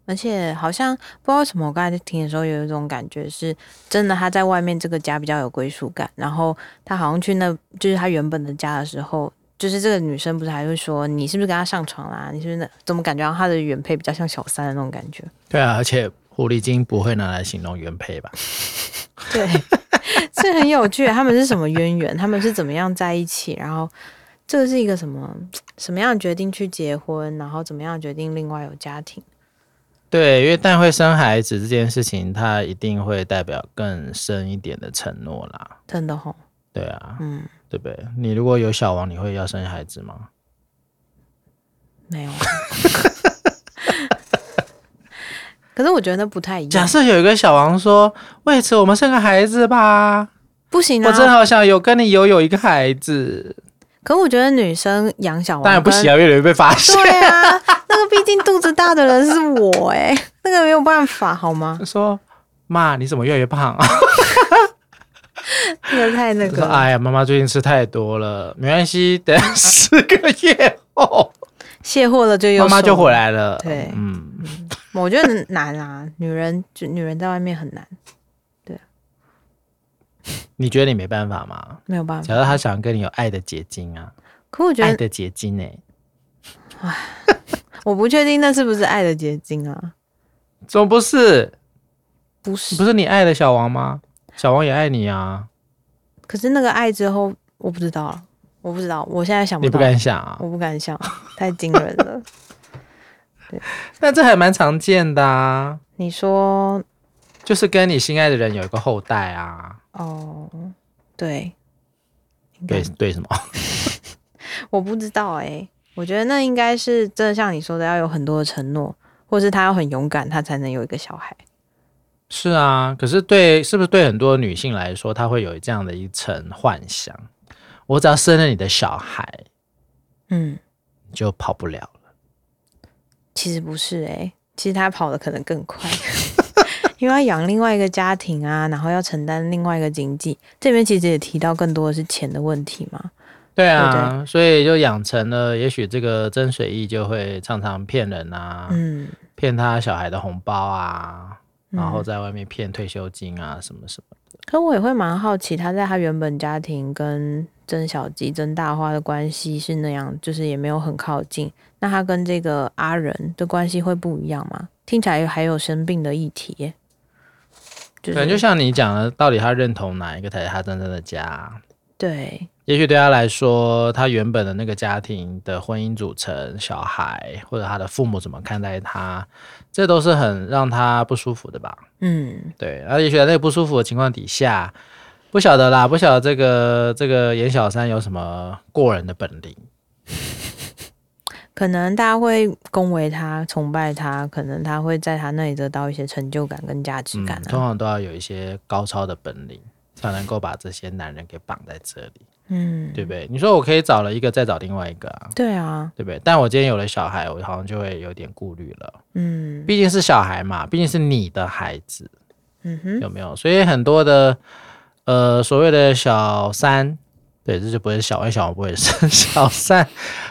S5: 而且好像不知道为什么，我刚才在听的时候有一种感觉是，真的他在外面这个家比较有归属感，然后他好像去那就是他原本的家的时候。就是这个女生不是还会说你是不是跟他上床啦、你是不是那怎么感觉到他的原配比较像小三的那种感觉？
S4: 对啊，而且狐狸精不会拿来形容原配吧？
S5: 对，这很有趣。他们是什么渊源？他们是怎么样在一起？然后这是一个什么什么样决定去结婚？然后怎么样决定另外有家庭？
S4: 对，因为但会生孩子这件事情，它一定会代表更深一点的承诺啦。
S5: 真的吼，
S4: 对啊，
S5: 嗯，
S4: 对不对？你如果有小王，你会要生孩子吗？
S5: 没有。 可是我觉得那不太一
S4: 假
S5: 样，
S4: 设有一个小王说：“为此，我们生个孩子吧，
S5: 不行
S4: 我真的
S5: 啊。
S4: 好想有跟你有有一个孩子。
S5: 可我觉得女生养小”王
S4: 当然不
S5: 跟
S4: 行啊，越来越被发现。
S5: 对啊，那个毕竟肚子大的人是我哎、那个没有办法好吗
S4: 他？ 说：“妈，你怎么越来越胖啊？”
S5: 那个太那
S4: 我说
S5: 个：“了，
S4: 哎呀，妈妈最近吃太多了，没关系， 等十个月后，
S5: 卸货了就又
S4: 妈妈就
S5: 瘦了
S4: 回来了。”
S5: 对
S4: 嗯，
S5: 我觉得难啊，女人就女人在外面很难，
S4: 你觉得你没办法吗？
S5: 没有办
S4: 假
S5: 法。
S4: 如他想跟你有爱的结晶啊，
S5: 可我觉
S4: 爱
S5: 得
S4: 的结晶呢、欸
S5: 我不确定那是不是爱的结晶啊？
S4: 怎么不是？
S5: 不是，
S4: 不是你爱的小王吗？小王也爱你啊，
S5: 可是那个爱之后，我不知道了，我不知道，我现在想
S4: 你不
S5: 到，
S4: 敢想啊？
S5: 我不敢想，太惊人 了。
S4: 那这还蛮常见的啊，
S5: 你说
S4: 就是跟你心爱的人有一个后代啊。
S5: 哦，对，应该
S4: 对对，什么？
S5: 我不知道哎、我觉得那应该是真的像你说的，要有很多的承诺，或是他要很勇敢，他才能有一个小孩。
S4: 是啊，可是对，是不是对很多女性来说，她会有这样的一层幻想：我只要生了你的小孩，
S5: 嗯，
S4: 你就跑不了了。
S5: 其实不是哎、其实他跑的可能更快， 因为要养另外一个家庭啊，然后要承担另外一个经济。这边其实也提到更多的是钱的问题嘛。
S4: 对
S5: 对
S4: 啊，所以就养成了，也许这个曾水义就会常常骗人啊，
S5: 嗯，
S4: 骗他小孩的红包啊，
S5: 嗯
S4: 然后在外面骗退休金啊，什么什么。
S5: 可我也会蛮好奇，他在他原本家庭跟曾小鸡、曾大花的关系是那样，就是也没有很靠近。那他跟这个阿仁的关系会不一样吗？听起来还有生病的议题耶，就
S4: 可能就是像你讲的，到底他认同哪一个才是他真正的家啊、
S5: 对，
S4: 也许对他来说，他原本的那个家庭的婚姻组成、小孩或者他的父母怎么看待他，这都是很让他不舒服的吧？
S5: 嗯，
S4: 对，而也许在那个不舒服的情况底下，不晓得啦，不晓得这个这个严小三有什么过人的本领，
S5: 可能大家会恭维他、崇拜他，可能他会在他那里得到一些成就感跟价值
S4: 嗯
S5: 感、
S4: 通
S5: 啊。
S4: 常都要有一些高超的本领，才能够把这些男人给绑在这里，
S5: 嗯，
S4: 对不对？你说我可以找了一个，再找另外一个啊，
S5: 对啊，
S4: 对不对？但我今天有了小孩，我好像就会有点顾虑了。
S5: 嗯
S4: 毕竟是小孩嘛，毕竟是你的孩子，
S5: 嗯哼，
S4: 有没有？所以很多的呃所谓的小三，对，这就不是小二小王不会生 小三，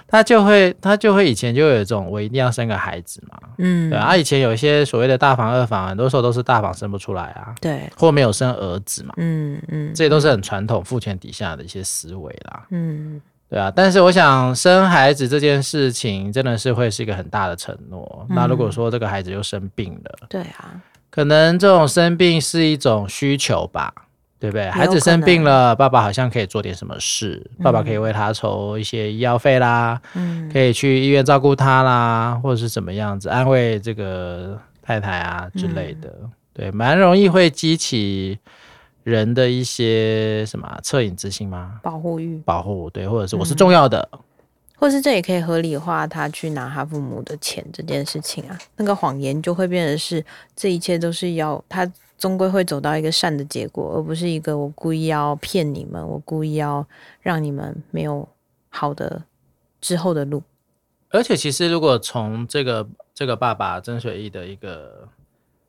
S4: 他就会他就会以前就有一种我一定要生个孩子嘛，
S5: 嗯，
S4: 对啊，以前有一些所谓的大房二房，很多时候都是大房生不出来啊，
S5: 对，
S4: 或没有生儿子嘛，
S5: 嗯嗯，
S4: 这些都是很传统父权底下的一些思维啦，
S5: 嗯
S4: 对啊。但是我想生孩子这件事情真的是会是一个很大的承诺。
S5: 嗯
S4: 那如果说这个孩子又生病了，
S5: 对啊，
S4: 可能这种生病是一种需求吧，对不对？孩子
S5: 可
S4: 生病
S5: 能
S4: 了，爸爸好像可以做点什么事，爸爸可以为他筹一些医药费啦，
S5: 嗯
S4: 可以去医院照顾他啦，或者是怎么样子安慰这个太太啊之类的，
S5: 嗯
S4: 对，蛮容易会激起人的一些什么啊恻隐之心吗？
S5: 保护欲。
S4: 保护对，或者是我是
S5: 嗯
S4: 重要的，
S5: 或是这也可以合理化他去拿他父母的钱这件事情啊，那个谎言就会变成是这一切都是要他终归会走到一个善的结果，而不是一个我故意要骗你们，我故意要让你们没有好的之后的路。
S4: 而且其实如果从这个这个爸爸曾水义的一个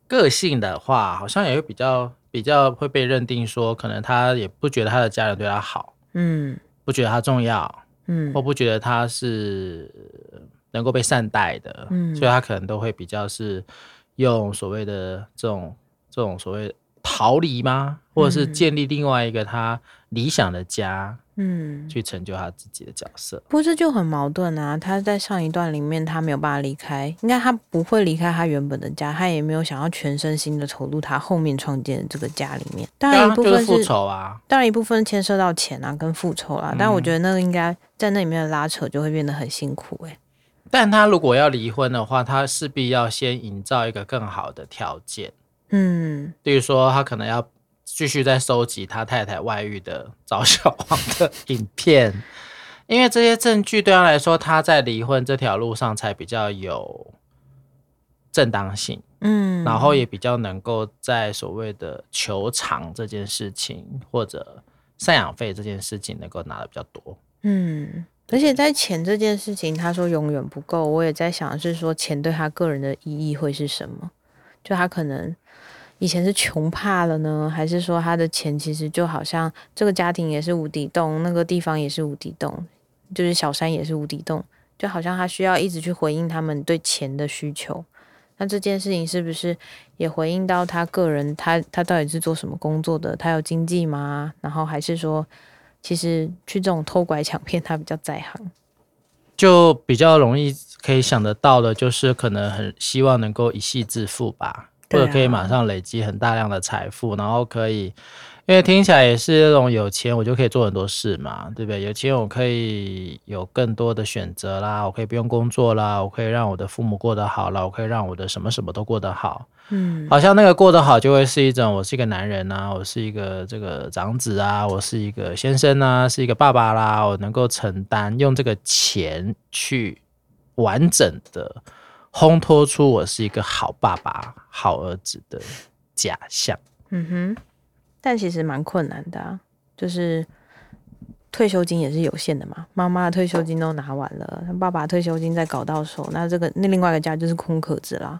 S4: 个性的话，好像也会比较比较会被认定说，可能他也不觉得他的家人对他好，
S5: 嗯
S4: 不觉得它重要，
S5: 嗯
S4: 或不觉得它是能够被善待的，
S5: 嗯
S4: 所以他可能都会比较是用所谓的这种这种所谓逃离吗，或者是
S5: 嗯
S4: 建立另外一个他理想的家，
S5: 嗯，
S4: 去成就他自己的角色。
S5: 不过这就很矛盾啊！他在上一段里面，他没有办法离开，应该他不会离开他原本的家，他也没有想要全身心的投入他后面创建的这个家里面。当然一
S4: 啊，
S5: 部
S4: 就
S5: 分
S4: 是
S5: 是，
S4: 复仇啊，
S5: 当然一部分牵涉到钱啊跟复仇啦、
S4: 嗯
S5: 但我觉得那个应该在那里面的拉扯就会变得很辛苦哎、
S4: 但他如果要离婚的话，他势必要先营造一个更好的条件，
S5: 嗯，
S4: 例如说他可能要继续在收集他太太外遇的找小王的影片，因为这些证据对他来说，他在离婚这条路上才比较有正当性，
S5: 嗯，
S4: 然后也比较能够在所谓的求偿这件事情或者赡养费这件事情能够拿的比较多。
S5: 嗯，而且在钱这件事情，他说永远不够，我也在想是说钱对他个人的意义会是什么？就他可能以前是穷怕了呢，还是说他的钱其实就好像这个家庭也是无底洞，那个地方也是无底洞，就是小山也是无底洞，就好像他需要一直去回应他们对钱的需求。那这件事情是不是也回应到他个人？他他到底是做什么工作的？他有经济吗？然后还是说其实去这种偷拐抢骗，他比较在行。
S4: 就比较容易可以想得到的，就是可能很希望能够一夕致富吧，或
S5: 对啊
S4: 者可以马上累积很大量的财富，然后可以，因为听起来也是那种有钱我就可以做很多事嘛，对不对？有钱我可以有更多的选择啦，我可以不用工作啦，我可以让我的父母过得好啦，我可以让我的什么什么都过得好，
S5: 嗯
S4: 好像那个过得好就会是一种我是一个男人啊，我是一个这个长子啊，我是一个先生啊，是一个爸爸啦，我能够承担用这个钱去完整的烘托出我是一个好爸爸、好儿子的假象。
S5: 嗯哼，但其实蛮困难的、啊，就是退休金也是有限的嘛。妈妈的退休金都拿完了，爸爸的退休金再搞到手，那这个那另外一个家就是空壳子啦。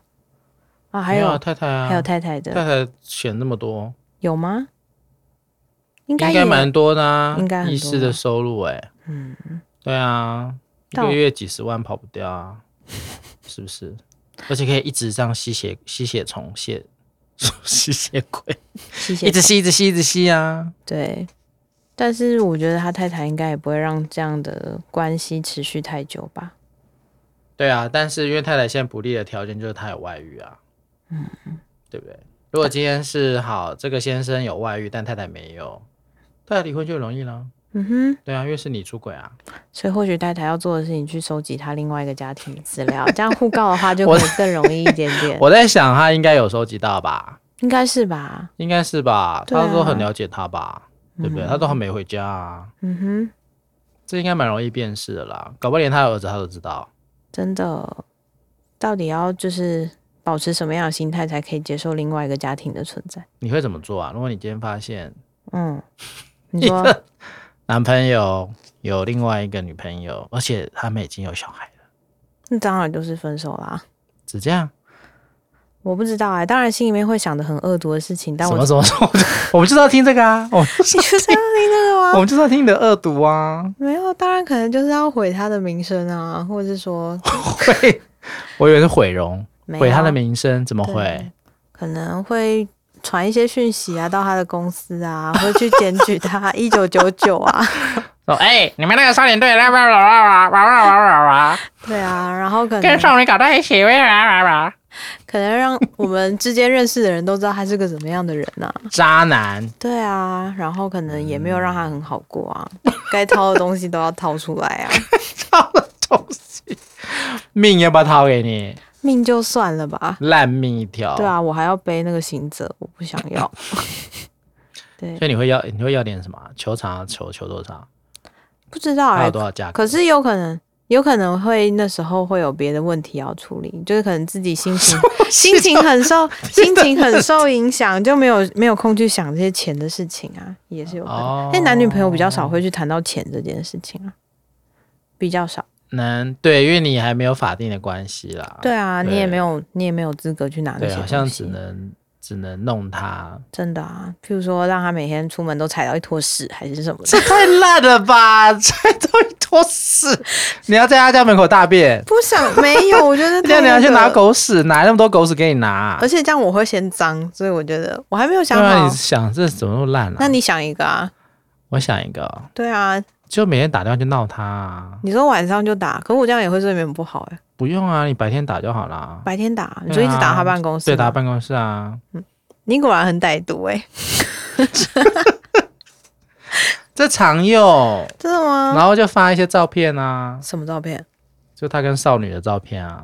S5: 啊，还
S4: 没
S5: 有、
S4: 啊太太啊，
S5: 还有太太的
S4: 太太选那么多，
S5: 有吗？应
S4: 应
S5: 该
S4: 该
S5: 也
S4: 蛮多的、啊，
S5: 应该很多
S4: 医师的收入哎、
S5: 嗯，
S4: 对啊，一
S5: 但
S4: 个
S5: 我
S4: 月几十万跑不掉啊， 是不是？而且可以一直这样吸血吸血虫血 吸血鬼，
S5: 吸血
S4: 一直吸一直吸一直吸啊！
S5: 对。但是我觉得他太太应该也不会让这样的关系持续太久吧。
S4: 对啊，但是因为太太现在不利的条件就是她有外遇啊，嗯，对不对？如果今天是好，这个先生有外遇，但太太没有，太太离婚就容易了。
S5: 嗯哼。
S4: 对啊，因为是你出轨啊，
S5: 所以或许太太要做的是，你去收集他另外一个家庭的资料，这样互告的话就可以更容易一点点，
S4: 我在想他应该有收集到吧，
S5: 应该是吧？
S4: 应该是吧，
S5: 对
S4: 他
S5: 啊
S4: 都很了解他吧，对不对？他都还没回家啊，
S5: 嗯哼，
S4: 这应该蛮容易辨识的啦，搞不好连他儿子他都知道。
S5: 真的，到底要就是保持什么样的心态才可以接受另外一个家庭的存在？
S4: 你会怎么做啊？如果你今天发现
S5: 嗯， 你
S4: 你
S5: 说
S4: 的男朋友有另外一个女朋友，而且他们已经有小孩了，
S5: 那当然就是分手啦。
S4: 只这样？
S5: 我不知道啊、当然心里面会想的很恶毒的事情，但
S4: 什
S5: 我
S4: 么什么什么？我们就是要听这个啊！我们
S5: 你 就是要听这 个
S4: 我
S5: 吗？
S4: 们就是要听你的恶毒啊！
S5: 没有，当然可能就是要毁他的名声啊，或者 是说
S4: 毁，我以为是毁容，
S5: 没有啊
S4: 毁他的名声，怎么
S5: 对
S4: 毁？
S5: 可能会传一些讯息啊到他的公司啊， 会去检举 他一九九九啊，
S4: 说哎、你们那个少年队，啦啦啦啦啦啦啦啦啦，
S5: 对啊，然后可
S4: 跟
S5: 能
S4: 少女搞在一起，哇哇哇哇！
S5: 可能让我们之间认识的人都知道他是个怎么样的人啊，
S4: 渣男，
S5: 对啊，然后可能也没有让他很好过啊，该掏的东西都要掏出来啊，
S4: 掏了东西，命要不要掏给你？
S5: 命就算了吧，
S4: 烂命一条。
S5: 对，啊，我还要背那个刑责，我不想 要，对
S4: 所，以你会要你会要点什么啊？球场啊球球多少？
S5: 不知道
S4: 还
S5: 哎、
S4: 有多少价格？
S5: 可是有可能，有可能会那时候会有别的问题要处理，就是可能自己心情心情很受
S4: 啊
S5: 心情很受影响，就没有没有空去想这些钱的事情啊，也是有可能。
S4: 哦
S5: 因为男女朋友比较少会去谈到钱这件事情啊，比较少。
S4: 能对，因为你还没有法定的关系啦。
S5: 对啊，你也啊
S4: 对
S5: 没有你也没有资格去拿那
S4: 对，啊
S5: 些
S4: 好
S5: 东
S4: 像
S5: 西
S4: 只能只能弄他，
S5: 真的啊，譬如说让他每天出门都踩到一坨屎还是什么的
S4: 这，太烂了吧！这都一坨屎，你要在他家门口大 便，
S5: 不想没有，我觉得
S4: 这 样你要
S5: 太那
S4: 去拿
S5: 个，
S4: 狗屎，哪来那么多狗屎给你拿、啊
S5: 而且这样我会嫌脏，所以我觉得我还没有
S4: 对
S5: 想
S4: 啊，
S5: 好
S4: 你。想这怎么那么烂啊？
S5: 那你想一个啊？
S4: 我想一个哦，
S5: 对啊，
S4: 就每天打电话去闹他、啊，
S5: 你说晚上就打，可我这样也会睡眠不好哎、
S4: 不用啊，你白天打就好啦。
S5: 白天打你
S4: 对
S5: 就一直打
S4: 啊
S5: 他办公室，
S4: 对，打他办公室啊。
S5: 你果然很歹毒哎、
S4: 这常用，
S5: 真的吗？
S4: 然后就发一些照片啊，
S5: 什么照片？
S4: 就他跟少女的照片 啊。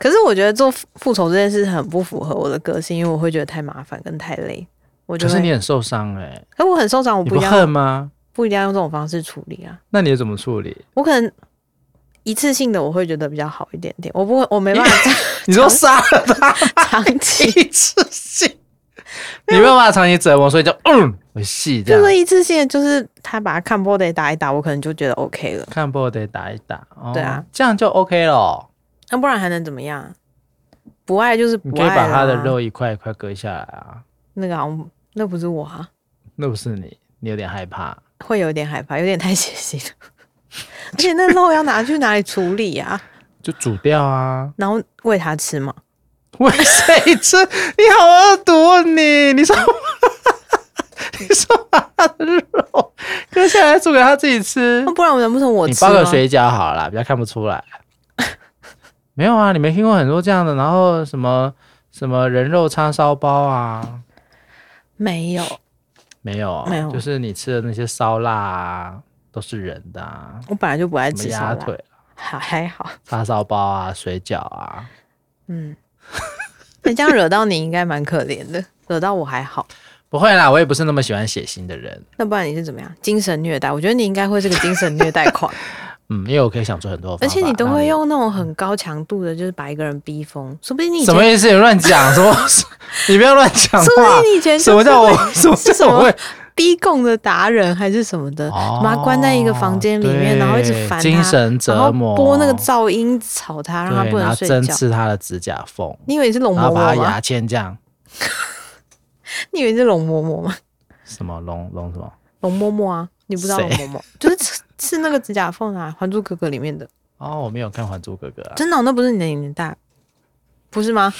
S5: 可是我觉得做复复仇这件事很不符合我的个性，因为我会觉得太麻烦跟太累。我觉
S4: 可
S5: 得，
S4: 是你很受伤哎、
S5: 可我很受伤，我
S4: 你
S5: 不
S4: 不
S5: 一定
S4: 恨
S5: 要
S4: 吗？
S5: 不一定要用这种方式处理啊。
S4: 那你怎么处理？
S5: 我可能一次性的我会觉得比较好一点点，我不会，我没办法
S4: 你说杀了他
S5: 长 期，
S4: 一次性，你 没有办法长期折磨，所以就嗯，我细这
S5: 就
S4: 样。
S5: 是一次性的，就是他把他看破得打一打，我可能就觉得 OK 了，
S4: 看破得打一打，哦、
S5: 对啊，
S4: 这样就 OK 了哦。
S5: 那不然还能怎么样？啊不爱就是不
S4: 你
S5: 爱
S4: 可以把他的
S5: 啦
S4: 肉一块一块割下来啊，
S5: 那个好像那不是我啊，
S4: 那不是你，你有点害怕。
S5: 会有点害怕，有点太血腥了。 而且那肉要拿去哪里处理啊？
S4: 就煮掉啊！
S5: 然后喂它吃嘛？
S4: 喂谁吃？你好恶毒哦你！你说，你说把他的肉割下来煮给他自己吃
S5: 那、，不然我难不成我
S4: 你
S5: 吃
S4: 包
S5: 吗？
S4: 个水饺好了啦，比较看不出来。 没有啊，你没听过很多这样的，然后什么什么人肉叉烧包啊，
S5: 没有，
S4: 没有，哦
S5: 没有
S4: 就是你吃的那些烧腊啊，都是人的啊，
S5: 我本来就不爱
S4: 什么
S5: 吃
S4: 鸭
S5: 烧腊
S4: 腿，啊
S5: 还还好。
S4: 叉烧包啊、水饺啊。
S5: 嗯， 那这样惹到你应该蛮可怜的，惹到我还好。
S4: 不会啦，我也不是那么喜欢血腥的人，
S5: 那不然你是怎么样？精神虐待？我觉得你应该会是个精神虐 待狂，
S4: 嗯，因为我可以想出很多方法，
S5: 而且你都
S4: 让
S5: 会用那种很高强度的，就是把一个人逼疯。说不定你以
S4: 什
S5: 前，
S4: 么意思？你乱讲，什么？ 你不要乱讲
S5: 说不
S4: 话。
S5: 定你以前
S4: 什么叫我
S5: 就是会？
S4: 什么
S5: 是
S4: 叫
S5: 什
S4: 我
S5: 么
S4: 会？
S5: 逼供的达人还是什么的，把他关在一个房间里面，
S4: 哦
S5: 然后一直
S4: 对
S5: 烦他，
S4: 精神折磨，
S5: 然后播那个噪音吵他，
S4: 对，
S5: 让他不
S4: 然
S5: 能
S4: 后
S5: 睡
S4: 针
S5: 觉。
S4: 刺他的指甲缝，
S5: 你以为你是龙
S4: 然
S5: 嬷
S4: 后把
S5: 嬷
S4: 他
S5: 吗？
S4: 牙签这样，
S5: 你以为你是龙嬷嬷吗？
S4: 什么龙龙什么？
S5: 龙嬷嬷啊，你不知道
S4: 谁
S5: 龙嬷嬷就是刺刺那个指甲缝啊，《还珠格格》里面的，
S4: 哦，我没有看《还珠格格》啊，
S5: 真的哦、那不是你的年代，不是吗？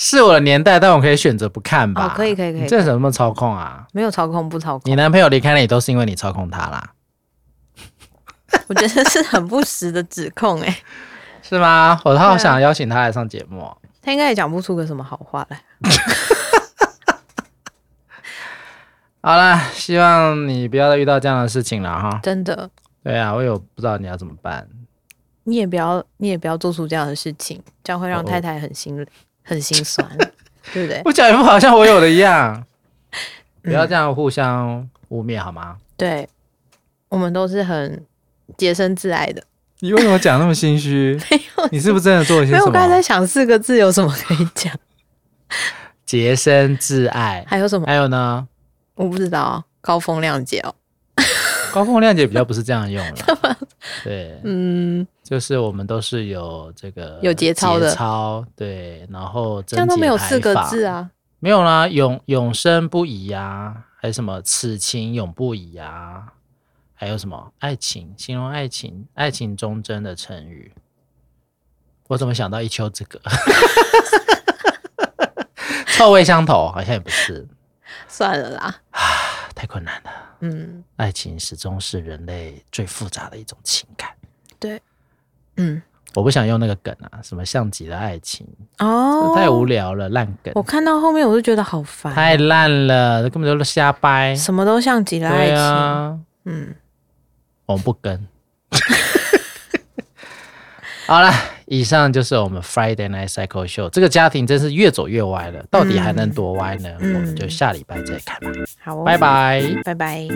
S4: 是我的年代，但我可以选择不看吧？
S5: 哦可以可以可以
S4: 你这怎么那么操控啊？
S5: 没有操控不操控
S4: 你，男朋友离开了你，都是因为你操控他啦，
S5: 我觉得是很不实的指控哎、
S4: 是吗？我
S5: 对
S4: 好
S5: 啊
S4: 想邀请他来上节目哦。
S5: 他应该也讲不出个什么好话来。
S4: 好啦，希望你不要再遇到这样的事情了哈。
S5: 真的，
S4: 对啊，我有不知道你要怎么办。
S5: 你也不要，你也不要做出这样的事情，这样会让
S4: 哦
S5: 太太很心 很心酸，对不对？
S4: 我讲一副好像我有的一样，
S5: 嗯
S4: 不要这样互相污蔑好吗？
S5: 对，我们都是很洁身自爱的。
S4: 你为什么讲那么心 虚？你是不是真的做了些
S5: 没有，
S4: 什
S5: 我刚才
S4: 么
S5: 在？想四个字有什么可以讲，
S4: 洁身自爱，
S5: 还有什么
S4: 还有呢？
S5: 我不知道啊，高风亮节哦。
S4: 高风亮姐比较不是这样用 了，对，
S5: 嗯，
S4: 就是我们都是有这个
S5: 有节操的
S4: 节操对，然后这
S5: 这样都没有四个字，啊。
S4: 没有啦，永永生不移啊，还有什么此情永不移啊，还有什么爱情，形容爱情，爱情忠贞的成语。我怎么想到一秋这个？ 臭味相投好像也不是，
S5: 算了啦，
S4: 太困难了。
S5: 嗯
S4: 爱情始终是人类最复杂的一种情感。
S5: 嗯，
S4: 我不想用那个梗啊，什么像极了爱情，
S5: 哦，
S4: 太无。聊了，烂梗
S5: 我，看到后面我就觉得好烦，
S4: 太烂了，根本就瞎掰。
S5: 什么都像极了爱
S4: 对
S5: 情。
S4: 啊，
S5: 嗯，
S4: 我们不跟。 好了，以上就是我们 Friday Night Cycle Show。这个家庭真是越走越歪了，到底还能多歪呢？
S5: 嗯
S4: 我们就下礼拜再看吧，
S5: 好、哦，
S4: 拜，拜。
S5: 拜拜。